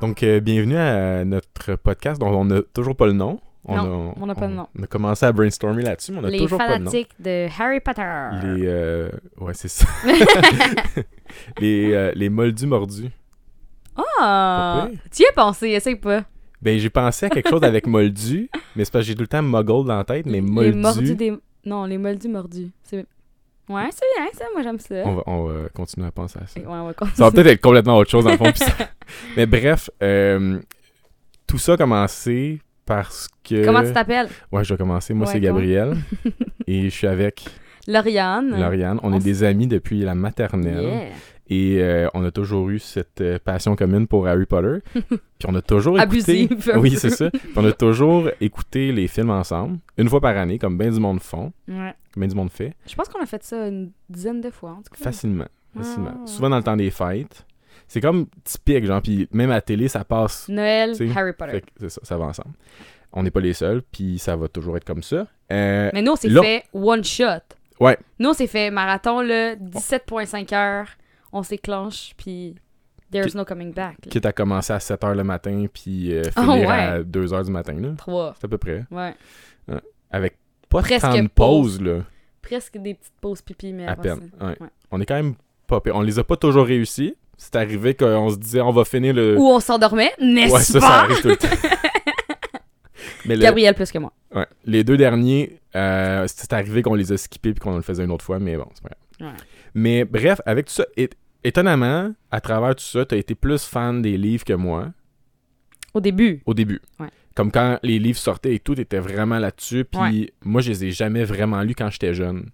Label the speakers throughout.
Speaker 1: Donc, euh, bienvenue à notre podcast dont on n'a toujours pas le nom.
Speaker 2: Non, on n'a pas de nom.
Speaker 1: On a commencé à brainstormer là-dessus, mais on n'a
Speaker 2: Les
Speaker 1: toujours pas de nom.
Speaker 2: fanatiques de, Harry Potter.
Speaker 1: Les. euh, ouais, c'est ça. les, euh, les moldus mordus.
Speaker 2: Ah!
Speaker 1: Pas pire.
Speaker 2: Tu y as pensé, essaye pas.
Speaker 1: Ben, j'ai pensé à quelque chose avec moldu, mais c'est parce que j'ai tout le temps muggle dans la tête, mais moldu.
Speaker 2: Les mordus des... Non, les moldus mordus. C'est... Ouais, c'est bien ça, moi j'aime ça.
Speaker 1: On, va, on va continuer à penser à ça.
Speaker 2: Ouais, on va continuer.
Speaker 1: Ça va peut-être être complètement autre chose dans le fond. pis ça- Mais bref, euh, tout ça a commencé parce que.
Speaker 2: Comment tu t'appelles?
Speaker 1: Ouais, je vais commencer. Moi,
Speaker 2: Ouais,
Speaker 1: c'est
Speaker 2: toi.
Speaker 1: Gabriel. et je suis avec
Speaker 2: Lauriane.
Speaker 1: Lauriane. On
Speaker 2: On
Speaker 1: est
Speaker 2: s-
Speaker 1: des amis depuis la maternelle.
Speaker 2: Yeah.
Speaker 1: Et euh, on a toujours eu cette euh, passion commune pour Harry Potter. Puis on a toujours écouté...
Speaker 2: Abusive, un
Speaker 1: oui,
Speaker 2: peu.
Speaker 1: c'est ça. Puis on a toujours écouté les films ensemble, une fois par année, comme bien du monde font,
Speaker 2: Ouais.
Speaker 1: comme bien du monde fait,
Speaker 2: Je pense qu'on a fait ça une dizaine de fois, en tout cas.
Speaker 1: facilement. facilement.
Speaker 2: Ah, ouais.
Speaker 1: Souvent dans le temps des fêtes. C'est comme typique, genre, puis même à la télé, ça passe.
Speaker 2: Noël,
Speaker 1: C'est-
Speaker 2: Harry Potter.
Speaker 1: Fait que c'est ça, ça va ensemble. On n'est pas les seuls, puis ça va toujours être comme ça. Euh,
Speaker 2: Mais nous, on s'est
Speaker 1: Là-
Speaker 2: fait one shot.
Speaker 1: Ouais.
Speaker 2: Nous, on s'est fait marathon, là, 17,5 heures. On s'éclenche, puis there's no coming back. là.
Speaker 1: Quitte à commencer à 7h le matin, puis euh,
Speaker 2: Ah,
Speaker 1: finir à
Speaker 2: ouais.
Speaker 1: 2h du matin, là.
Speaker 2: Trois.
Speaker 1: C'est à peu près.
Speaker 2: Ouais.
Speaker 1: Avec pas
Speaker 2: Presque
Speaker 1: tant de
Speaker 2: pause.
Speaker 1: pauses, là.
Speaker 2: Presque des petites pauses pipi, mais
Speaker 1: À
Speaker 2: après
Speaker 1: peine. ouais.
Speaker 2: Ouais.
Speaker 1: On est quand même pas pire. On les a pas toujours réussi. C'est arrivé qu'on se disait on va finir
Speaker 2: ça.
Speaker 1: le.
Speaker 2: Ou on s'endormait, n'est-ce
Speaker 1: Euh, ouais, ça,
Speaker 2: pas?
Speaker 1: ça arrive tout le temps. Mais le-
Speaker 2: Gabriel plus que moi.
Speaker 1: ouais, les deux derniers, euh, c'est arrivé qu'on les a skippés puis qu'on le faisait une autre fois, mais bon, c'est pas grave.
Speaker 2: Ouais.
Speaker 1: Mais bref, avec tout ça, é- étonnamment, à travers tout ça, t'as été plus fan des livres que moi
Speaker 2: Au début.
Speaker 1: au début.
Speaker 2: Ouais.
Speaker 1: Comme quand les livres sortaient et tout, t'étais vraiment là-dessus. Puis
Speaker 2: Ouais.
Speaker 1: moi, je les ai jamais vraiment lus quand j'étais jeune.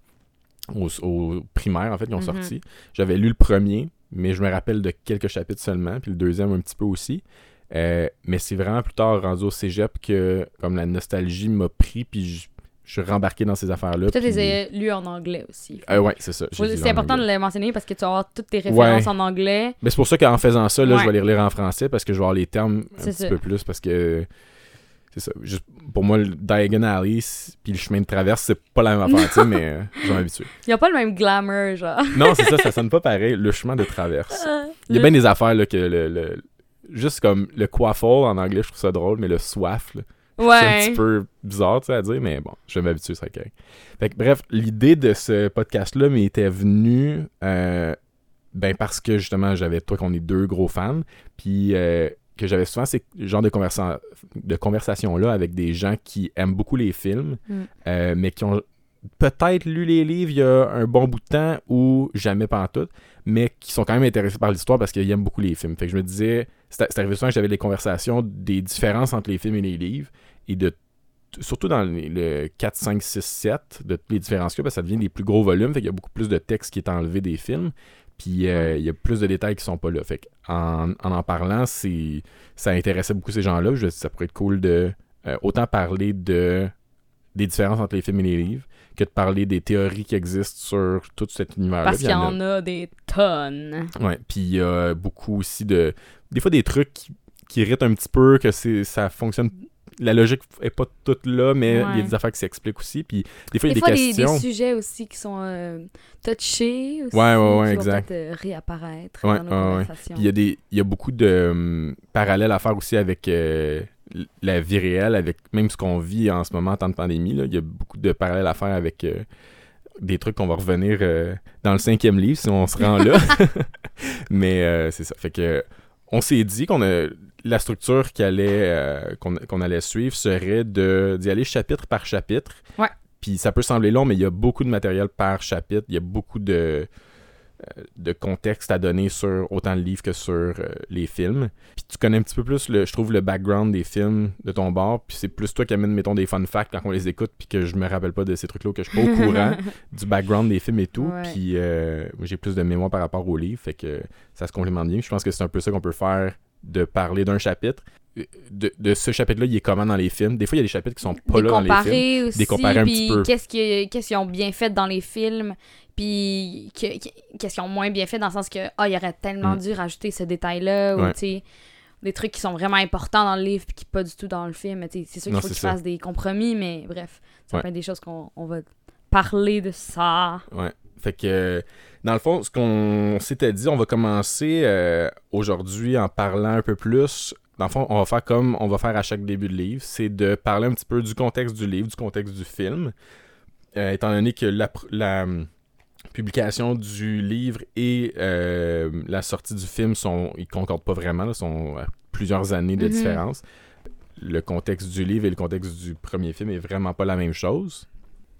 Speaker 1: Au, au primaire, en fait, ils ont
Speaker 2: Mhm.
Speaker 1: sorti. J'avais lu le premier, mais je me rappelle de quelques chapitres seulement. Puis le deuxième, un petit peu aussi. Euh, mais c'est vraiment plus tard, rendu au cégep, que comme la nostalgie m'a pris. Puis je, je suis rembarqué dans ces affaires-là.
Speaker 2: Peut-être
Speaker 1: puis-
Speaker 2: les ai lus en anglais aussi.
Speaker 1: Euh, ouais, c'est ça. j'ai
Speaker 2: Faut-
Speaker 1: lu
Speaker 2: C'est
Speaker 1: en
Speaker 2: important
Speaker 1: anglais.
Speaker 2: de le mentionner parce que tu vas avoir toutes tes références
Speaker 1: Ouais.
Speaker 2: en anglais.
Speaker 1: Mais c'est pour ça qu'en faisant ça, là,
Speaker 2: Ouais.
Speaker 1: je vais les relire en français parce que je vais avoir les termes un
Speaker 2: C'est
Speaker 1: petit
Speaker 2: ça.
Speaker 1: peu plus parce que c'est ça. Juste pour moi, le Diagon Alley c- puis le chemin de traverse, c'est pas la même affaire, tu sais, mais euh, je vais m'habituer.
Speaker 2: Il n'y a pas le même glamour, genre.
Speaker 1: Non, c'est ça, ça sonne pas pareil, le chemin de traverse. Il y a bien des affaires là, que le, le- juste comme le coiffeur en anglais, je trouve ça drôle, mais le soif, là, c'est un
Speaker 2: Ouais.
Speaker 1: petit peu bizarre tu sais, à dire, mais bon, je vais m'habituer, ça correct. Fait que, bref, l'idée de ce podcast-là m'était venue euh, ben parce que justement, j'avais toi qu'on est deux gros fans, puis euh, que j'avais souvent ces genres de, conversa- de conversations-là avec des gens qui aiment beaucoup les films,
Speaker 2: Mm.
Speaker 1: euh, mais qui ont peut-être lu les livres il y a un bon bout de temps ou jamais pas en tout, mais qui sont quand même intéressés par l'histoire parce qu'ils aiment beaucoup les films. Fait que je me disais, c'est c'est arrivé souvent que j'avais des conversations des différences entre les films et les livres et de t- surtout dans les- le 4, 5, 6, 7, de toutes les différences qu'il y a, parce que ça devient des plus gros volumes, fait qu'il y a beaucoup plus de texte qui est enlevé des films, puis euh, il y a plus de détails qui sont pas là. Fait que en, en en parlant, c'est ça intéressait beaucoup ces gens-là, puis je me suis dit, ça pourrait être cool de euh, autant parler de des différences entre les films et les livres que de parler des théories qui existent sur tout cet univers-là.
Speaker 2: Parce
Speaker 1: Puis
Speaker 2: qu'il
Speaker 1: il
Speaker 2: y
Speaker 1: y en a-
Speaker 2: en a des tonnes.
Speaker 1: Ouais, puis il y a beaucoup aussi de. Des fois, des trucs qui, qui irritent un petit peu, que c'est ça fonctionne. La logique est pas toute là, mais il y
Speaker 2: Ouais.
Speaker 1: a des affaires qui s'expliquent aussi. Puis des fois, il y
Speaker 2: Des,
Speaker 1: a des
Speaker 2: fois, des,
Speaker 1: questions.
Speaker 2: des sujets aussi qui sont euh, touchés. Aussi,
Speaker 1: Ouais, ouais, ouais,
Speaker 2: qui vont
Speaker 1: exact.
Speaker 2: peut-être, euh, réapparaître
Speaker 1: Ouais,
Speaker 2: dans nos
Speaker 1: ouais, ouais.
Speaker 2: conversations.
Speaker 1: Puis il y a des il y a beaucoup de hum, parallèles à faire aussi avec euh, l- la vie réelle avec même ce qu'on vit en ce moment en temps de pandémie là. il y a beaucoup de parallèles à faire avec euh, des trucs qu'on va revenir euh, dans le cinquième livre si on se rend là mais euh, c'est ça fait que on s'est dit qu'on a la structure qu'il allait, euh, qu'on qu'on allait suivre serait de d'y aller chapitre par chapitre
Speaker 2: Ouais.
Speaker 1: puis ça peut sembler long mais il y a beaucoup de matériel par chapitre il y a beaucoup de euh, de contexte à donner sur autant le livre que sur euh, les films. Puis tu connais un petit peu plus, le, je trouve, le background des films de ton bord. Puis c'est plus toi qui amène, mettons, des fun facts quand on les écoute, puis que je me rappelle pas de ces trucs-là, que je suis pas au courant du background des films et tout.
Speaker 2: Ouais.
Speaker 1: Puis euh, moi, j'ai plus de mémoire par rapport au livre, fait que ça se complémente bien. Je pense que c'est un peu ça qu'on peut faire de parler d'un chapitre. Euh, De, de ce chapitre-là, il est comment dans les films. Des fois, il y a des chapitres qui sont pas
Speaker 2: des
Speaker 1: là dans les films.
Speaker 2: comparés aussi,
Speaker 1: Des comparés un petit
Speaker 2: puis
Speaker 1: peu.
Speaker 2: Qu'est-ce que- qu'est-ce qu'ils ont bien fait dans les films, puis que- que- qu'est-ce qu'ils ont moins bien fait dans le sens que ah il aurait tellement
Speaker 1: Mm.
Speaker 2: dû rajouter ce détail-là ou
Speaker 1: Ouais.
Speaker 2: tu sais des trucs qui sont vraiment importants dans le livre puis qui pas du tout dans le film. Mais, tu sais, C'est sûr
Speaker 1: Non,
Speaker 2: qu'il faut
Speaker 1: c'est
Speaker 2: qu'ils
Speaker 1: ça.
Speaker 2: fassent des compromis, mais bref, ça
Speaker 1: Ouais.
Speaker 2: peut être des choses qu'on on va parler de ça.
Speaker 1: Ouais. Fait que, euh, dans le fond, ce qu'on s'était dit, on va commencer euh, aujourd'hui en parlant un peu plus. Dans le fond, on va faire comme on va faire à chaque début de livre, c'est de parler un petit peu du contexte du livre, du contexte du film. Euh, étant donné que la, pr- la, hum, publication du livre et euh, la sortie du film sont, ils concordent pas vraiment, là, sont à plusieurs années de
Speaker 2: Mhm.
Speaker 1: différence. Le contexte du livre et le contexte du premier film est vraiment pas la même chose.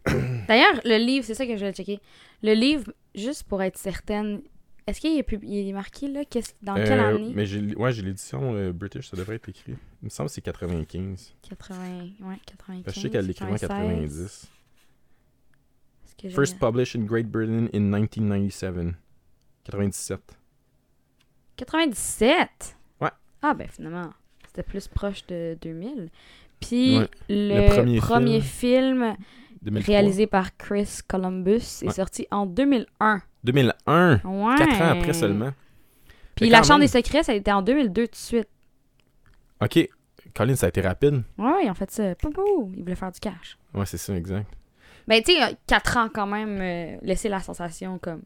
Speaker 1: Mm.
Speaker 2: D'ailleurs, le livre, c'est ça que je vais checker. Le livre, juste pour être certaine, est-ce qu'il est, pub- il est marqué là Qu'est-ce- Dans quelle
Speaker 1: Euh,
Speaker 2: année
Speaker 1: Mais j'ai ouais, j'ai l'édition euh, British, ça devrait être écrit. Il me semble que c'est 95.
Speaker 2: 80... Ouais,
Speaker 1: Parce
Speaker 2: 95.
Speaker 1: que je sais qu'elle l'écrit en
Speaker 2: 96.
Speaker 1: 90.
Speaker 2: Est-ce que j'ai-
Speaker 1: First published in Great Britain in 1997. 97.
Speaker 2: 97
Speaker 1: Ouais.
Speaker 2: Ah, ben finalement, c'était plus proche de 2000. Puis
Speaker 1: Ouais.
Speaker 2: le,
Speaker 1: Le premier
Speaker 2: premier, film,
Speaker 1: 2003.
Speaker 2: réalisé par Chris Columbus est
Speaker 1: Ouais.
Speaker 2: sorti en 2001.
Speaker 1: 2001.
Speaker 2: Ouais.
Speaker 1: 4 ans après seulement.
Speaker 2: Puis
Speaker 1: Mais
Speaker 2: La
Speaker 1: quand
Speaker 2: Chambre
Speaker 1: même.
Speaker 2: des Secrets, ça a été en 2002 tout de suite.
Speaker 1: Ok. Colin, ça a été rapide.
Speaker 2: Ouais, ils ont fait ça. Poupou, ils voulaient faire du cash.
Speaker 1: Ouais, c'est ça, exact.
Speaker 2: Ben, tu sais, 4 ans quand même, euh, laisser la sensation comme.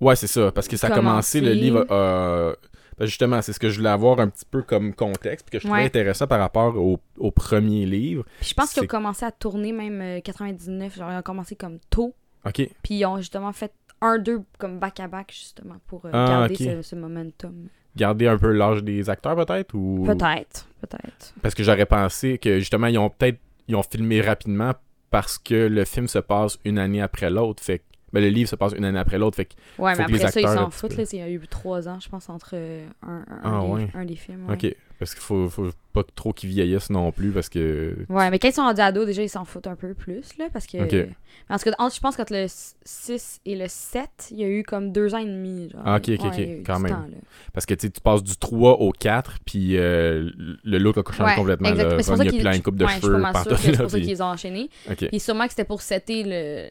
Speaker 1: Ouais, c'est ça, parce que ça a commencé, le
Speaker 2: Commencer.
Speaker 1: livre. euh, ben justement, c'est ce que je voulais avoir un petit peu comme contexte, puis que je trouvais
Speaker 2: Ouais.
Speaker 1: intéressant par rapport au, au premier livre.
Speaker 2: Puis je pense qu'ils ont
Speaker 1: C'est-
Speaker 2: commencé à tourner même euh, 99, genre ils ont commencé comme tôt.
Speaker 1: Ok.
Speaker 2: Puis ils ont justement fait un, deux comme back-à-back justement pour euh,
Speaker 1: Ah,
Speaker 2: garder
Speaker 1: ok.
Speaker 2: ce, ce momentum.
Speaker 1: Garder un peu l'âge des acteurs, peut-être ou...
Speaker 2: Peut-être, peut-être.
Speaker 1: Parce que j'aurais pensé que justement, ils ont peut-être. Ils ont filmé rapidement parce que le film se passe une année après l'autre. Fait que. Ben, le livre se passe une année après l'autre. Fait que.
Speaker 2: Ouais,
Speaker 1: Faut
Speaker 2: mais
Speaker 1: que les
Speaker 2: après ça, ils
Speaker 1: acteurs un
Speaker 2: s'en
Speaker 1: petit
Speaker 2: foutent.
Speaker 1: peu.
Speaker 2: Là, il y a eu trois ans, je pense, entre euh, un, un,
Speaker 1: Ah,
Speaker 2: des,
Speaker 1: ouais.
Speaker 2: un des films. ouais.
Speaker 1: Ok. Parce qu'il faut, faut pas que trop qu'ils vieillissent non plus, parce que.
Speaker 2: Ouais, mais quand ils sont rendus ados, déjà, ils s'en foutent un peu plus, là, parce que...
Speaker 1: Ok.
Speaker 2: Parce que, entre- je pense qu'entre le 6 et le 7, il y a eu comme deux ans et demi, genre.
Speaker 1: Ah, ok, ok,
Speaker 2: Ouais,
Speaker 1: ok,
Speaker 2: il y a eu
Speaker 1: quand
Speaker 2: du
Speaker 1: même.
Speaker 2: temps, là.
Speaker 1: Parce que tu sais, tu passes du 3 au 4, puis euh, le look a changé
Speaker 2: Ouais,
Speaker 1: complètement.
Speaker 2: exact.
Speaker 1: Là.
Speaker 2: Mais c'est pour
Speaker 1: Ron,
Speaker 2: ça
Speaker 1: il y a
Speaker 2: qu'ils-
Speaker 1: plein une coupe de
Speaker 2: ouais, je suis
Speaker 1: cheveux
Speaker 2: pas mal sûre
Speaker 1: partout,
Speaker 2: que c'est
Speaker 1: là,
Speaker 2: pour ça
Speaker 1: puis-
Speaker 2: qu'ils ont enchaîné.
Speaker 1: Ok.
Speaker 2: Puis sûrement que c'était pour setter le...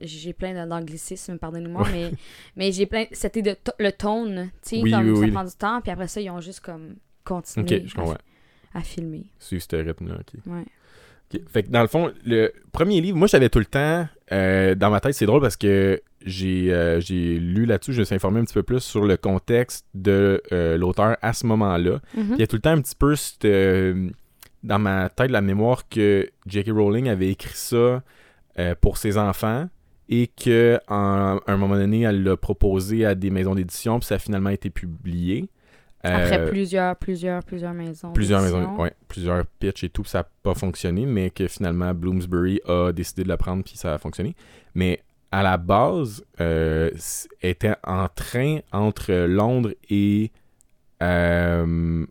Speaker 2: J'ai plein d'anglicismes, pardonnez-moi,
Speaker 1: Ouais.
Speaker 2: mais, mais j'ai plein... C'était de to- le tone, tu sais,
Speaker 1: Oui,
Speaker 2: comme
Speaker 1: oui,
Speaker 2: ça
Speaker 1: oui.
Speaker 2: prend du temps, puis après ça, ils ont juste comme
Speaker 1: Ok,
Speaker 2: continué
Speaker 1: je
Speaker 2: à-
Speaker 1: comprends.
Speaker 2: à, filmer.
Speaker 1: Suivre ce rythme-là, ok.
Speaker 2: Ouais.
Speaker 1: Ok. Fait que dans le fond, le premier livre, moi j'avais tout le temps euh, dans ma tête, c'est drôle parce que j'ai euh, j'ai lu là-dessus, je me suis informé un petit peu plus sur le contexte de euh, l'auteur à ce moment-là.
Speaker 2: Mhm.
Speaker 1: Puis Il y a tout le temps un petit peu cette, euh, dans ma tête la mémoire que J.K. Rowling avait écrit ça euh, pour ses enfants et que en- à un moment donné, elle l'a proposé à des maisons d'édition, puis ça a finalement été publié.
Speaker 2: Après
Speaker 1: Euh,
Speaker 2: plusieurs, plusieurs, plusieurs maisons.
Speaker 1: plusieurs maisons,
Speaker 2: d'édition.
Speaker 1: ouais, plusieurs pitchs et tout, puis ça n'a pas fonctionné, mais que finalement Bloomsbury a décidé de la prendre puis ça a fonctionné. Mais à la base, euh, c- était en train entre Londres et euh,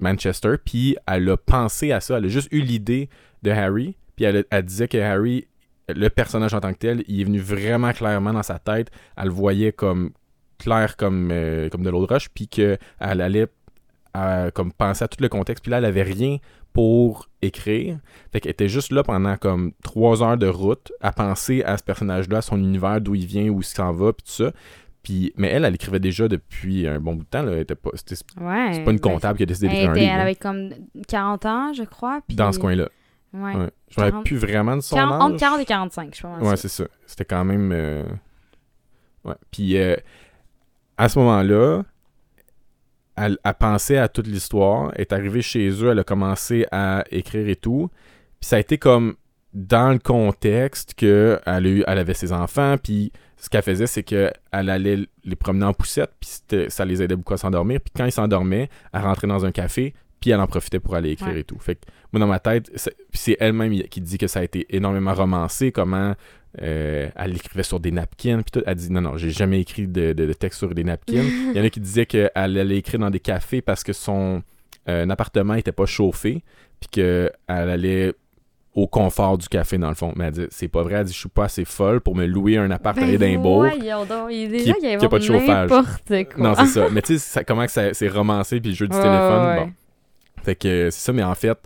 Speaker 1: Manchester, puis elle a pensé à ça, elle a juste eu l'idée de Harry, puis elle, elle disait que Harry, le personnage en tant que tel, il est venu vraiment clairement dans sa tête, elle le voyait comme clair comme, euh, comme de l'eau de roche, puis qu'elle allait à, comme penser à tout le contexte. Puis là, elle avait rien pour écrire. Fait qu'elle était juste là pendant comme trois heures de route à penser à ce personnage-là, à son univers, d'où il vient, où il s'en va, puis tout ça. Puis, mais elle, elle écrivait déjà depuis un bon bout de temps. là. Elle était pas- C'était c'est
Speaker 2: Ouais.
Speaker 1: pas une
Speaker 2: ben,
Speaker 1: comptable qui a décidé
Speaker 2: Elle,
Speaker 1: d'écrire un
Speaker 2: était-
Speaker 1: livre.
Speaker 2: elle
Speaker 1: là.
Speaker 2: avait comme 40 ans, je crois. Puis,
Speaker 1: Dans ce coin-là.
Speaker 2: Ouais.
Speaker 1: Ouais. Je me rappelle
Speaker 2: 40
Speaker 1: plus vraiment de son
Speaker 2: Quarante-
Speaker 1: âge.
Speaker 2: entre 40 et 45, je pense.
Speaker 1: Ouais, c'est ça. C'était quand même. euh, Ouais. Puis euh, à ce moment-là, elle, elle pensait à toute l'histoire, elle est arrivée chez eux, elle a commencé à écrire et tout. Puis ça a été comme dans le contexte que elle, a eu- elle avait ses enfants, puis ce qu'elle faisait, c'est qu'elle allait les promener en poussette, puis c'était- ça les aidait beaucoup à s'endormir. Puis quand ils s'endormaient, elle rentrait dans un café, puis elle en profitait pour aller écrire
Speaker 2: Ouais.
Speaker 1: et tout. Fait que moi, dans ma tête, c'est- puis c'est elle-même qui dit que ça a été énormément romancé, comment euh, elle écrivait sur des napkins, puis tout. Elle dit non, non, j'ai jamais écrit de, de- de texte sur des napkins. Il y en a qui disaient qu'elle allait écrire dans des cafés parce que son euh, appartement était pas chauffé, puis qu'elle allait au confort du café, dans le fond. Mais elle dit, c'est pas vrai, elle dit, je suis pas assez folle pour me louer un appart à Édimbourg.
Speaker 2: Ben voyons donc, il est
Speaker 1: qui-
Speaker 2: déjà, il
Speaker 1: qui a
Speaker 2: invente
Speaker 1: pas de chauffage.
Speaker 2: N'importe quoi.
Speaker 1: Non, c'est ça. Mais tu sais, ça- comment que ça- c'est romancé, puis le jeu du
Speaker 2: Ouais,
Speaker 1: téléphone.
Speaker 2: ouais,
Speaker 1: Bon.
Speaker 2: ouais.
Speaker 1: Fait que euh, c'est ça, mais en fait,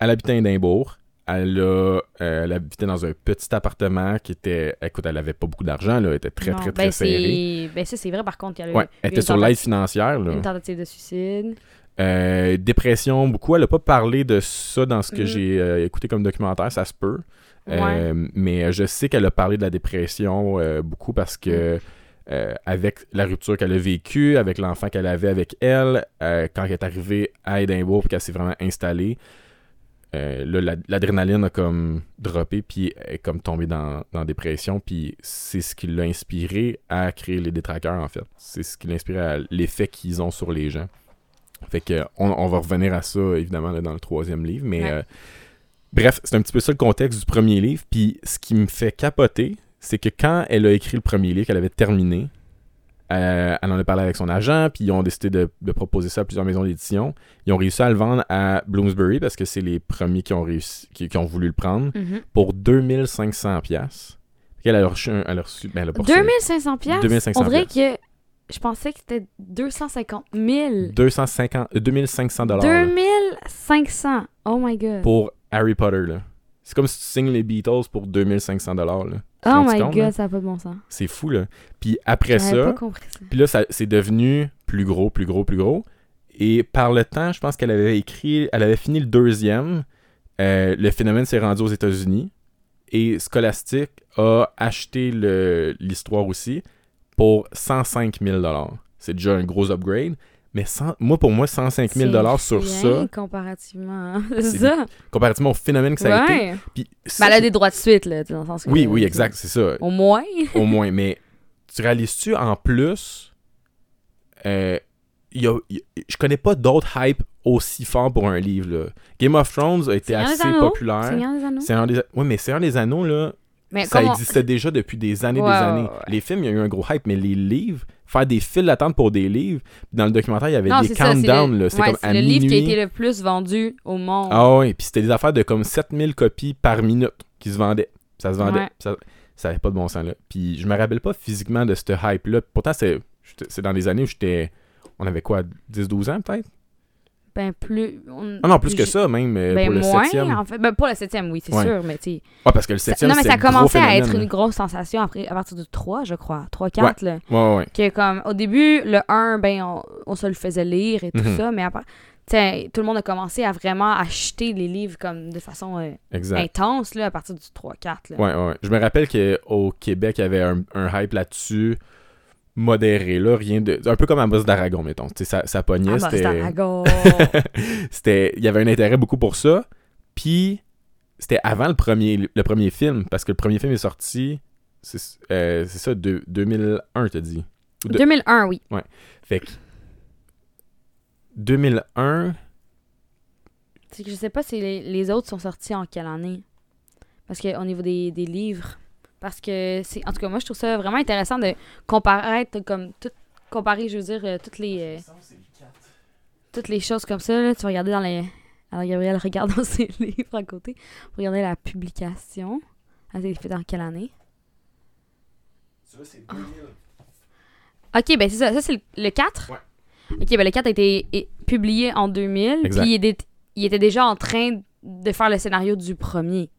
Speaker 1: elle habitait à Édimbourg. Elle, a, euh, elle habitait dans un petit appartement qui était. Écoute, elle avait pas beaucoup d'argent, là. Elle était très,
Speaker 2: Non,
Speaker 1: très,
Speaker 2: ben,
Speaker 1: très serrée.
Speaker 2: c'est- Ben, ça, c'est vrai, par contre. Il y a eu
Speaker 1: Ouais, elle
Speaker 2: une
Speaker 1: était sur
Speaker 2: tenta-
Speaker 1: l'aide financière, là.
Speaker 2: Une tentative de suicide.
Speaker 1: Euh, dépression, beaucoup. Elle n'a pas parlé de ça dans ce que
Speaker 2: Mhm.
Speaker 1: j'ai euh, écouté comme documentaire, ça se peut.
Speaker 2: Ouais.
Speaker 1: Euh, mais je sais qu'elle a parlé de la dépression euh, beaucoup parce
Speaker 2: Mm.
Speaker 1: que euh, avec la rupture qu'elle a vécue, avec l'enfant qu'elle avait avec elle, euh, quand elle est arrivée à Édimbourg puis qu'elle s'est vraiment installée, euh, là, la- l'adrénaline a comme droppé puis est comme tombée dans, dans la dépression puis c'est ce qui l'a inspiré à créer les détraqueurs en fait. C'est ce qui l'a inspiré à l'effet qu'ils ont sur les gens. Fait que euh, on, on va revenir à ça évidemment là, dans le troisième livre, mais
Speaker 2: Ouais.
Speaker 1: euh, bref, c'est un petit peu ça le contexte du premier livre. Puis ce qui me fait capoter, c'est que quand elle a écrit le premier livre, qu'elle avait terminé, euh, elle en a parlé avec son agent, puis ils ont décidé de, de proposer ça à plusieurs maisons d'édition. Ils ont réussi à le vendre à Bloomsbury parce que c'est les premiers qui ont réussi, qui, qui ont voulu le prendre
Speaker 2: Mhm.
Speaker 1: pour 2500 pièces. Elle a reçu, un- elle a reçu, ben, elle a pas reçu un-
Speaker 2: 2500 piastres?
Speaker 1: 2500
Speaker 2: On dirait que je pensais que c'était 250 000.
Speaker 1: 250, euh, 2500 dollars là,
Speaker 2: 2500. Oh my god.
Speaker 1: pour Harry Potter là. C'est comme si tu signes les Beatles pour 2500 dollars là. te
Speaker 2: oh
Speaker 1: rends-tu
Speaker 2: my
Speaker 1: compte,
Speaker 2: god,
Speaker 1: là?
Speaker 2: ça n'a pas de bon sens.
Speaker 1: C'est fou là. Puis après
Speaker 2: J'avais
Speaker 1: ça,
Speaker 2: pas compris ça.
Speaker 1: Puis là, ça- c'est devenu plus gros, plus gros, plus gros. Et par le temps, je pense qu'elle avait écrit, elle avait fini le deuxième. Euh, le phénomène s'est rendu aux États-Unis. Et Scholastic a acheté le- l'histoire aussi pour 105 000 C'est déjà un gros upgrade. Mais cent- moi, pour moi, 105 000 sur ça,
Speaker 2: rien comparativement. hein. C'est
Speaker 1: C'est
Speaker 2: ça.
Speaker 1: comparativement au phénomène que ça a été.
Speaker 2: Ouais.
Speaker 1: Puis ça-
Speaker 2: Ben, elle a des droits de suite, là, tu sais, dans le sens que-
Speaker 1: Oui, oui, exact, c'est ça.
Speaker 2: Au moins.
Speaker 1: au moins. Mais tu réalises-tu en plus, euh, y a- y- je connais pas d'autres hype aussi forts pour un livre. là. Game of Thrones a été
Speaker 2: Seigneur des
Speaker 1: assez
Speaker 2: Anneaux,
Speaker 1: populaire.
Speaker 2: Seigneur des Anneaux.
Speaker 1: C'est un des, ouais, mais Seigneur des Anneaux là,
Speaker 2: Mais
Speaker 1: ça
Speaker 2: comme on-
Speaker 1: existait déjà depuis des années,
Speaker 2: Ouais,
Speaker 1: des
Speaker 2: ouais,
Speaker 1: années.
Speaker 2: ouais.
Speaker 1: Les films, il y a eu un gros hype, mais les livres, faire des files d'attente pour des livres. Dans le documentaire, il y avait
Speaker 2: Non,
Speaker 1: des
Speaker 2: c'est ça, c'est
Speaker 1: countdowns
Speaker 2: le-
Speaker 1: là. C'était
Speaker 2: ouais,
Speaker 1: comme à
Speaker 2: le livre qui a
Speaker 1: minuit.
Speaker 2: été le plus vendu au monde.
Speaker 1: Ah ouais, puis c'était des affaires de comme 7000 copies par minute qui se vendaient. Ça se vendait.
Speaker 2: Ouais.
Speaker 1: Ça, ça avait pas de bon sens là. Puis je me rappelle pas physiquement de ce hype-là. Pourtant, c'est j'étais- c'est dans des années où j'étais. On avait quoi, 10-12 ans peut-être
Speaker 2: Ben, plus. on-
Speaker 1: Ah non, plus que
Speaker 2: j-
Speaker 1: ça même euh,
Speaker 2: Ben,
Speaker 1: pour le
Speaker 2: moins,
Speaker 1: 7
Speaker 2: en fait. Ben, pour le septième, oui, c'est
Speaker 1: Ouais.
Speaker 2: sûr, mais tu sais.
Speaker 1: Ah, parce que le
Speaker 2: Ça-
Speaker 1: 7 e
Speaker 2: non, mais ça commençait à être une grosse sensation après, à partir de 3, je crois. 3, 4, là.
Speaker 1: Ouais, ouais.
Speaker 2: Que comme, au début, le 1, ben, on, on se le faisait lire et tout
Speaker 1: Mhm.
Speaker 2: ça, mais après, tu sais, tout le monde a commencé à vraiment acheter les livres comme de façon euh,
Speaker 1: Exact.
Speaker 2: intense, là, à partir du 3, 4, là.
Speaker 1: Ouais, ouais, ouais. Je me rappelle qu'au Québec, il y avait un, un hype là-dessus modéré là rien de un peu comme Amos d'Aragon mettons tu sais ça ça pognait
Speaker 2: Ah, bah, c'est
Speaker 1: c'était
Speaker 2: Aragon.
Speaker 1: c'était il y avait un intérêt beaucoup pour ça puis c'était avant le premier le premier film parce que le premier film est sorti c'est euh, c'est ça deux- 2001 t'as dit Ou de-
Speaker 2: 2001, oui.
Speaker 1: fait que 2001
Speaker 2: C'est que je sais pas si les, les autres sont sortis en quelle année. Parce que au niveau des, des livres. Parce que c'est. En tout cas, moi je trouve ça vraiment intéressant de comparer comme tout comparer, je veux dire, euh, toutes les. euh, toutes les choses comme ça. Là, tu vas regarder dans les. Alors Gabriel regarde dans ses livres à côté. pour regarder la publication. Ah, c'est fait dans quelle année? Ok, ben c'est ça. Ça, c'est le, le 4?
Speaker 1: Ouais.
Speaker 2: Ok, ben le 4 a été é- publié en 2000.
Speaker 1: Exact.
Speaker 2: Puis il était, il était déjà en train de faire le scénario du premier.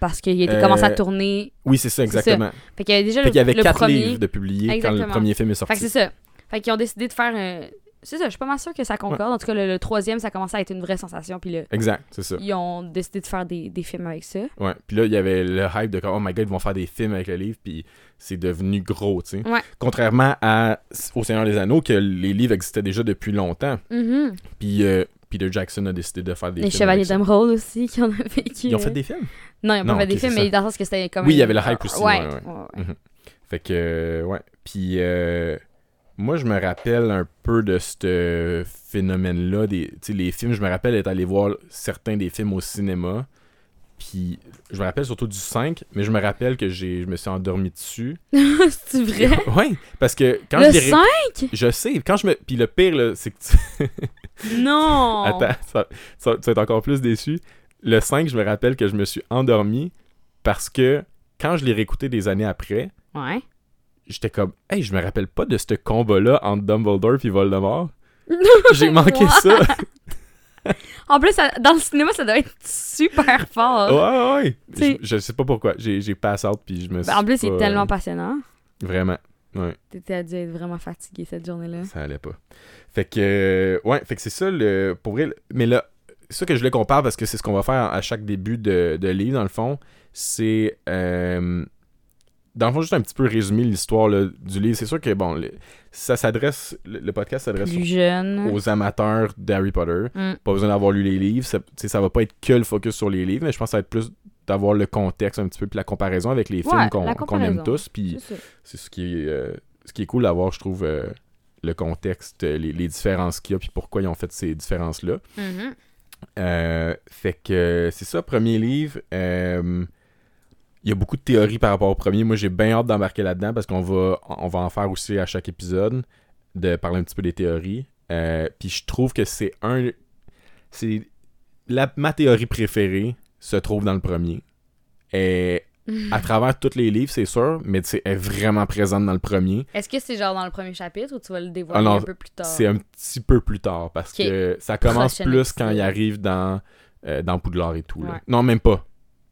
Speaker 2: Parce qu'il était
Speaker 1: Euh,
Speaker 2: commencé à tourner.
Speaker 1: oui c'est ça
Speaker 2: C'est ça.
Speaker 1: exactement
Speaker 2: Fait qu'il y avait déjà
Speaker 1: fait
Speaker 2: le,
Speaker 1: qu'il y avait
Speaker 2: le
Speaker 1: quatre
Speaker 2: premier.
Speaker 1: livres de publier quand le
Speaker 2: Exactement.
Speaker 1: premier film est
Speaker 2: Fait que c'est
Speaker 1: sorti
Speaker 2: ça. Fait qu'ils ont décidé de faire un. C'est ça, je suis pas mal sûre que ça concorde. En tout cas, le, le troisième, ça commençait à être une vraie sensation. Puis là,
Speaker 1: exact c'est ça
Speaker 2: ils ont décidé de faire des, des films avec ça.
Speaker 1: ouais puis là il y avait le hype de comme, oh my god ils vont faire des films avec le livre puis c'est devenu gros tu sais
Speaker 2: Ouais.
Speaker 1: contrairement à au Seigneur des Anneaux que les livres existaient déjà depuis longtemps
Speaker 2: Mhm.
Speaker 1: Puis euh, Peter Jackson a décidé de faire des
Speaker 2: Les
Speaker 1: films
Speaker 2: Chevaliers
Speaker 1: avec ça.
Speaker 2: d'Emeraude aussi, qui en ont vécu.
Speaker 1: Ils ont fait
Speaker 2: euh,
Speaker 1: des films.
Speaker 2: Non, ils ont
Speaker 1: Non,
Speaker 2: pas fait
Speaker 1: ok,
Speaker 2: des films,
Speaker 1: c'est
Speaker 2: mais dans le sens que c'était comme.
Speaker 1: Oui, il y
Speaker 2: une-
Speaker 1: avait le hype aussi,
Speaker 2: Ouais,
Speaker 1: ouais, ouais.
Speaker 2: ouais.
Speaker 1: Fait que, euh, ouais. Puis, euh, moi, je me rappelle un peu de ce phénomène-là. des- Tu sais, les films, je me rappelle être allé voir certains des films au cinéma. Puis, je me rappelle surtout du 5, mais je me rappelle que j'ai, je me suis endormi dessus.
Speaker 2: C'est vrai?
Speaker 1: ouais, parce que quand
Speaker 2: le
Speaker 1: je l'ai ré-
Speaker 2: 5?
Speaker 1: Je sais, quand je me. Puis le pire, là, c'est que tu-
Speaker 2: Non!
Speaker 1: Attends, ça- ça- tu vas être encore plus déçu. Le 5, je me rappelle que je me suis endormi parce que quand je l'ai réécouté des années après,
Speaker 2: Ouais.
Speaker 1: j'étais comme Hey, je me rappelle pas de ce combat-là entre Dumbledore et Voldemort. J'ai manqué
Speaker 2: What?
Speaker 1: ça.
Speaker 2: En plus, ça- dans le cinéma, ça doit être super fort.
Speaker 1: Ouais, ouais.
Speaker 2: Tu sais-
Speaker 1: Je, je sais pas pourquoi. J'ai, j'ai pass out puis je me suis.
Speaker 2: Ben, en plus, c'est
Speaker 1: pas-
Speaker 2: tellement passionnant.
Speaker 1: Vraiment. Ouais.
Speaker 2: T'étais dû être vraiment fatigué cette journée-là.
Speaker 1: Ça allait pas. Fait que, euh, ouais, fait que c'est ça, le, pour vrai. le- Mais là, ça que je le compare parce que c'est ce qu'on va faire à chaque début de, de livre, dans le fond, c'est. euh, dans le fond, juste un petit peu résumer l'histoire là, du livre. C'est sûr que, bon, le- ça s'adresse. Le, le podcast s'adresse
Speaker 2: Plus jeune.
Speaker 1: aux amateurs d'Harry Potter.
Speaker 2: Mm.
Speaker 1: Pas besoin d'avoir lu les livres. Ça, tu sais, ça va pas être que le focus sur les livres, mais je pense que ça va être plus d'avoir le contexte un petit peu, puis la comparaison avec les films
Speaker 2: Ouais,
Speaker 1: qu'on
Speaker 2: la
Speaker 1: qu'on aime
Speaker 2: comparaison.
Speaker 1: tous. Puis
Speaker 2: C'est ça.
Speaker 1: c'est ce qui est, euh, ce qui est cool d'avoir, je trouve, euh, le contexte, euh, les, les différences qu'il y a, puis pourquoi ils ont fait ces différences-là.
Speaker 2: Mhm.
Speaker 1: Euh, fait que euh, c'est ça, premier livre. Euh, il y a beaucoup de théories par rapport au premier. Moi, j'ai bien hâte d'embarquer là-dedans parce qu'on va, on va en faire aussi à chaque épisode, de parler un petit peu des théories. Euh, puis je trouve que c'est un. C'est. La, ma théorie préférée se trouve dans le premier. Et à travers tous les livres, c'est sûr, mais tu sais, elle est vraiment présente dans le premier.
Speaker 2: Est-ce que c'est genre dans le premier chapitre ou tu vas le dévoiler
Speaker 1: Ah non,
Speaker 2: un peu plus tard?
Speaker 1: C'est un petit peu plus tard parce
Speaker 2: Ok.
Speaker 1: que ça commence
Speaker 2: Prochain
Speaker 1: plus quand
Speaker 2: épisode.
Speaker 1: il arrive dans, euh, dans Poudlard et tout. là.
Speaker 2: Ouais.
Speaker 1: Non, même pas.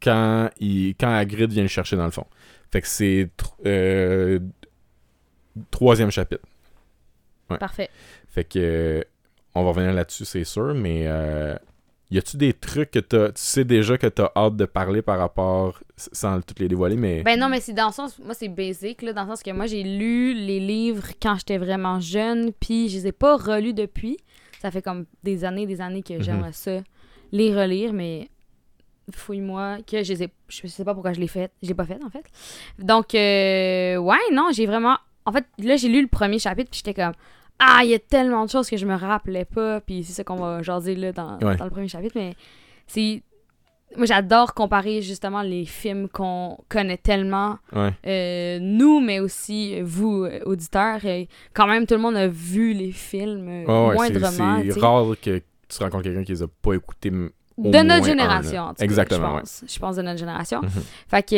Speaker 1: Quand, il, quand Hagrid vient le chercher dans le fond. Fait que c'est tr- euh, troisième chapitre.
Speaker 2: Parfait.
Speaker 1: Fait que euh, on va revenir là-dessus, c'est sûr, mais euh, y a-tu des trucs que t'as- tu sais déjà que t'as hâte de parler par rapport, s- sans toutes les dévoiler, mais
Speaker 2: Ben non, mais c'est dans le sens, moi c'est basic, là, dans le sens que moi j'ai lu les livres quand j'étais vraiment jeune, puis je les ai pas relus depuis. Ça fait comme des années, des années que
Speaker 1: Mhm.
Speaker 2: j'aimerais ça les relire, mais fouille-moi que je les ai, je sais pas pourquoi je l'ai fait, je l'ai pas fait en fait. Donc euh, ouais, non, j'ai vraiment, en fait là j'ai lu le premier chapitre puis j'étais comme ah il y a tellement de choses que je me rappelais pas, puis c'est ça qu'on va jaser là dans,
Speaker 1: Ouais.
Speaker 2: dans le premier chapitre, mais c'est moi, j'adore comparer justement les films qu'on connaît tellement,
Speaker 1: ouais.
Speaker 2: euh, nous, mais aussi vous, euh, auditeurs. euh, quand même, tout le monde a vu les films euh,
Speaker 1: Ah ouais, c'est-
Speaker 2: moindrement. tu
Speaker 1: c'est
Speaker 2: sais.
Speaker 1: rare que tu rencontres quelqu'un qui les a pas écoutés m- au
Speaker 2: de
Speaker 1: moins un,
Speaker 2: notre
Speaker 1: là.
Speaker 2: génération. en tout cas,
Speaker 1: Exactement,
Speaker 2: Je
Speaker 1: ouais.
Speaker 2: pense, Je pense de notre génération.
Speaker 1: Mhm.
Speaker 2: Fait que,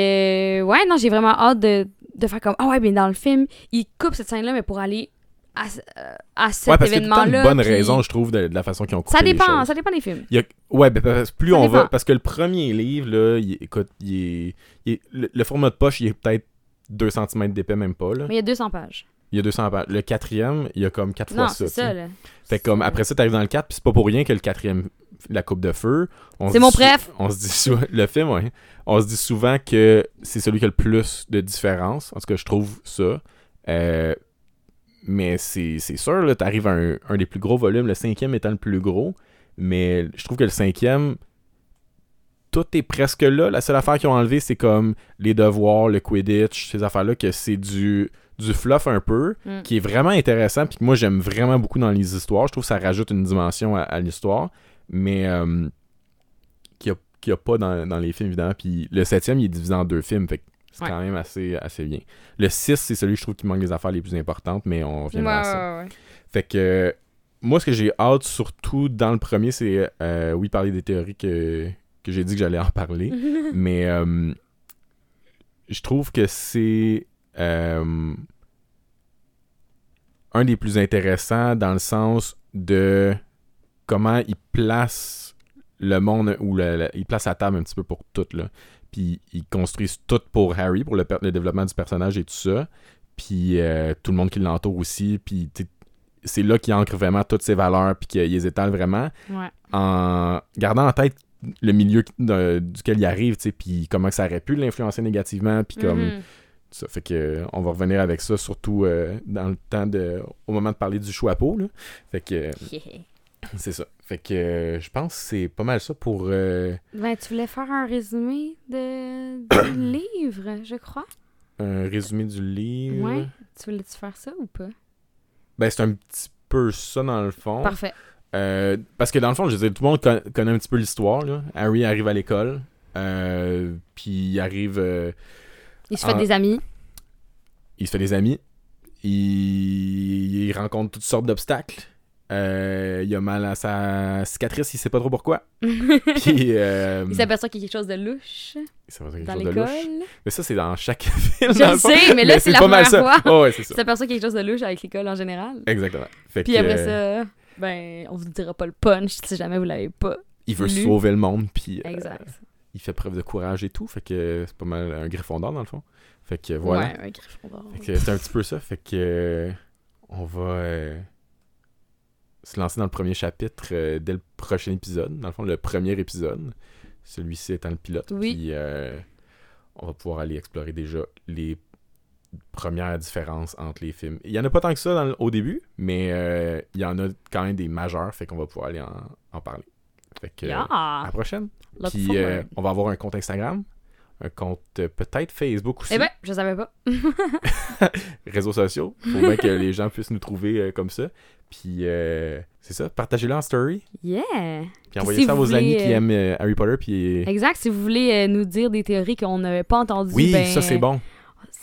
Speaker 2: euh, ouais, non, j'ai vraiment hâte de, de faire comme, ah ouais, mais dans le film, il coupe cette scène-là, mais pour aller à, ce- euh, à cet
Speaker 1: ouais, parce que
Speaker 2: événement-là.
Speaker 1: c'est une bonne
Speaker 2: puis
Speaker 1: raison, je trouve, de, de la façon qu'ils ont coupé
Speaker 2: Ça
Speaker 1: les
Speaker 2: dépend,
Speaker 1: choses.
Speaker 2: ça dépend des films.
Speaker 1: Il y a- Ouais, ben, parce- plus
Speaker 2: Ça
Speaker 1: on va...
Speaker 2: dépend.
Speaker 1: Parce que le premier livre, là, il- écoute, il est... il est- le, le format de poche, il est peut-être 2 cm d'épais, même pas, là.
Speaker 2: Mais il y a 200 pages.
Speaker 1: Il y a 200 pages. Le quatrième, il y a comme 4
Speaker 2: non,
Speaker 1: fois ça.
Speaker 2: c'est
Speaker 1: tu sais.
Speaker 2: ça, là.
Speaker 1: Fait que comme, après ça, t'arrives dans le 4, puis c'est pas pour rien que le quatrième, la coupe de feu... on se
Speaker 2: C'est
Speaker 1: dit
Speaker 2: mon
Speaker 1: sou-
Speaker 2: préf.
Speaker 1: On se dit sou- Le film, ouais. On se dit souvent que c'est celui qui a le plus de différence. En tout cas, je trouve ça. Euh, mais c'est c'est sûr, là, t'arrives à un, un des plus gros volumes, le cinquième étant le plus gros. Mais je trouve que le cinquième, tout est presque là. La seule affaire qu'ils ont enlevé, c'est comme les devoirs, le Quidditch, ces affaires-là, que c'est du, du fluff un peu
Speaker 2: Mm.
Speaker 1: qui est vraiment intéressant puis que moi j'aime vraiment beaucoup dans les histoires. Je trouve que ça rajoute une dimension à, à l'histoire, mais euh, qu'il n'y a, qu'il y a pas dans, dans les films, évidemment. Puis le septième, il est divisé en deux films, fait que c'est
Speaker 2: Ouais.
Speaker 1: quand même assez, assez bien. Le 6, c'est celui que je trouve qui manque des affaires les plus importantes, mais on
Speaker 2: Ouais,
Speaker 1: reviendra à ça.
Speaker 2: ouais, ouais.
Speaker 1: Fait que euh, moi, ce que j'ai hâte surtout dans le premier, c'est euh, oui, parler des théories que, que j'ai dit que j'allais en parler. mais euh, je trouve que c'est euh, un des plus intéressants dans le sens de comment il place le monde ou le- le- il place la table un petit peu pour tout là. Puis ils construisent tout pour Harry pour le, per- le développement du personnage et tout ça. Puis euh, tout le monde qui l'entoure aussi. Puis tu sais, c'est là qu'il ancre vraiment toutes ses valeurs puis qu'il les étale vraiment
Speaker 2: Ouais.
Speaker 1: en gardant en tête le milieu qui- de- duquel il arrive, tu sais, puis comment que ça aurait pu l'influencer négativement, puis comme
Speaker 2: Mhm.
Speaker 1: ça fait que euh, on va revenir avec ça surtout euh, dans le temps de au moment de parler du chou à peau là. Fait que euh,
Speaker 2: Yeah.
Speaker 1: c'est ça. Fait que euh, je pense que c'est pas mal ça pour euh,
Speaker 2: Ben, tu voulais faire un résumé de... du livre, je crois.
Speaker 1: un résumé du livre.
Speaker 2: Ouais. Tu voulais-tu faire ça ou pas?
Speaker 1: Ben c'est un petit peu ça dans le fond.
Speaker 2: Parfait.
Speaker 1: Euh, parce que dans le fond, je veux dire, tout le monde con- connaît un petit peu l'histoire là. Harry arrive à l'école, euh, puis il arrive euh,
Speaker 2: Il se fait
Speaker 1: Ah.
Speaker 2: des amis.
Speaker 1: il se fait des amis, il, il rencontre toutes sortes d'obstacles, Euh, il a mal à sa cicatrice, il sait pas trop pourquoi.
Speaker 2: il
Speaker 1: Puis, euh,
Speaker 2: s'aperçoit qu'il y a quelque chose de louche
Speaker 1: il s'aperçoit quelque
Speaker 2: dans
Speaker 1: chose de louche.
Speaker 2: l'école.
Speaker 1: Mais ça, c'est dans chaque film.
Speaker 2: Je
Speaker 1: dans
Speaker 2: le
Speaker 1: fond.
Speaker 2: sais, mais là, c'est la
Speaker 1: pas mal
Speaker 2: première
Speaker 1: ça.
Speaker 2: fois.
Speaker 1: Oh, ouais, c'est
Speaker 2: Il
Speaker 1: ça.
Speaker 2: s'aperçoit qu'il y a quelque chose de louche avec l'école en général.
Speaker 1: Exactement. Fait
Speaker 2: Puis
Speaker 1: que,
Speaker 2: après
Speaker 1: euh,
Speaker 2: ça, ben, on vous dira pas le punch si jamais vous l'avez pas.
Speaker 1: il veut
Speaker 2: lu.
Speaker 1: sauver le monde, puis euh,
Speaker 2: Exact.
Speaker 1: il fait preuve de courage et tout. Fait que c'est pas mal un griffon d'or, dans le fond. Fait que voilà.
Speaker 2: Ouais, ouais, Gryffondor.
Speaker 1: Fait que C'est un petit peu ça. Fait que euh, on va euh, se lancer dans le premier chapitre euh, dès le prochain épisode. Dans le fond, le premier épisode. Celui-ci étant le pilote.
Speaker 2: Oui.
Speaker 1: Puis euh, on va pouvoir aller explorer déjà les premières différences entre les films. Il y en a pas tant que ça dans le- au début, mais euh, il y en a quand même des majeurs. Fait qu'on va pouvoir aller en, en parler. Fait que
Speaker 2: Yeah.
Speaker 1: à la prochaine.
Speaker 2: Look
Speaker 1: Puis
Speaker 2: forward.
Speaker 1: euh, on va avoir un compte Instagram, un compte euh, peut-être Facebook aussi
Speaker 2: eh ben, je savais pas.
Speaker 1: réseaux sociaux. Faut bien que les gens puissent nous trouver euh, comme ça. Puis euh, c'est ça, partagez-le en story.
Speaker 2: Yeah!
Speaker 1: Puis envoyez
Speaker 2: si
Speaker 1: ça à
Speaker 2: vous
Speaker 1: vos amis
Speaker 2: voulez,
Speaker 1: qui
Speaker 2: euh,
Speaker 1: aiment euh, Harry Potter. Puis
Speaker 2: Exact, si vous voulez euh, nous dire des théories qu'on n'avait pas entendues,
Speaker 1: oui,
Speaker 2: ben,
Speaker 1: ça c'est bon.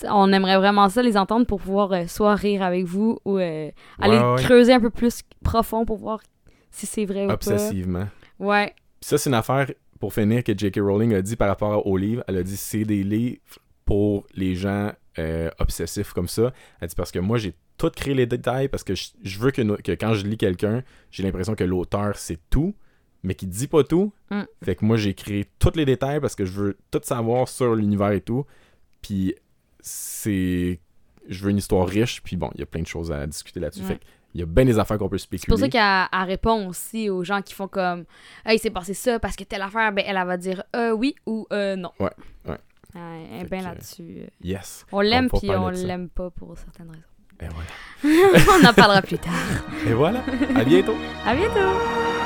Speaker 2: On aimerait vraiment ça les entendre pour pouvoir euh, soit rire avec vous ou euh, aller
Speaker 1: Ouais, ouais,
Speaker 2: creuser un peu plus profond pour voir si c'est vrai
Speaker 1: Obsessivement.
Speaker 2: ou pas. Ouais,
Speaker 1: Puis ça, c'est une affaire pour finir que J.K. Rowling a dit par rapport au livre. Elle a dit c'est des livres pour les gens euh, obsessifs comme ça. Elle dit parce que moi, j'ai tout créé les détails parce que je, je veux que, no- que quand je lis quelqu'un, j'ai l'impression que l'auteur c'est tout, mais qu'il dit pas tout.
Speaker 2: Mm.
Speaker 1: Fait que moi, j'ai créé tous les détails parce que je veux tout savoir sur l'univers et tout. Puis c'est. Je veux une histoire riche, puis bon, il y a plein de choses à discuter là-dessus.
Speaker 2: Ouais.
Speaker 1: Fait qu'il y a bien des affaires qu'on peut spéculer.
Speaker 2: c'est pour ça qu'elle elle répond aussi aux gens qui font comme Hey, c'est passé ça parce que telle affaire, ben elle, elle va dire euh, oui ou euh, non.
Speaker 1: Ouais, ouais.
Speaker 2: Ouais, Elle est
Speaker 1: Fait
Speaker 2: bien
Speaker 1: que-
Speaker 2: là-dessus.
Speaker 1: Yes.
Speaker 2: On l'aime
Speaker 1: peut
Speaker 2: puis
Speaker 1: parler
Speaker 2: on
Speaker 1: de ça.
Speaker 2: l'aime pas pour certaines raisons.
Speaker 1: Et voilà.
Speaker 2: on en parlera plus tard.
Speaker 1: Et voilà. À bientôt.
Speaker 2: À bientôt!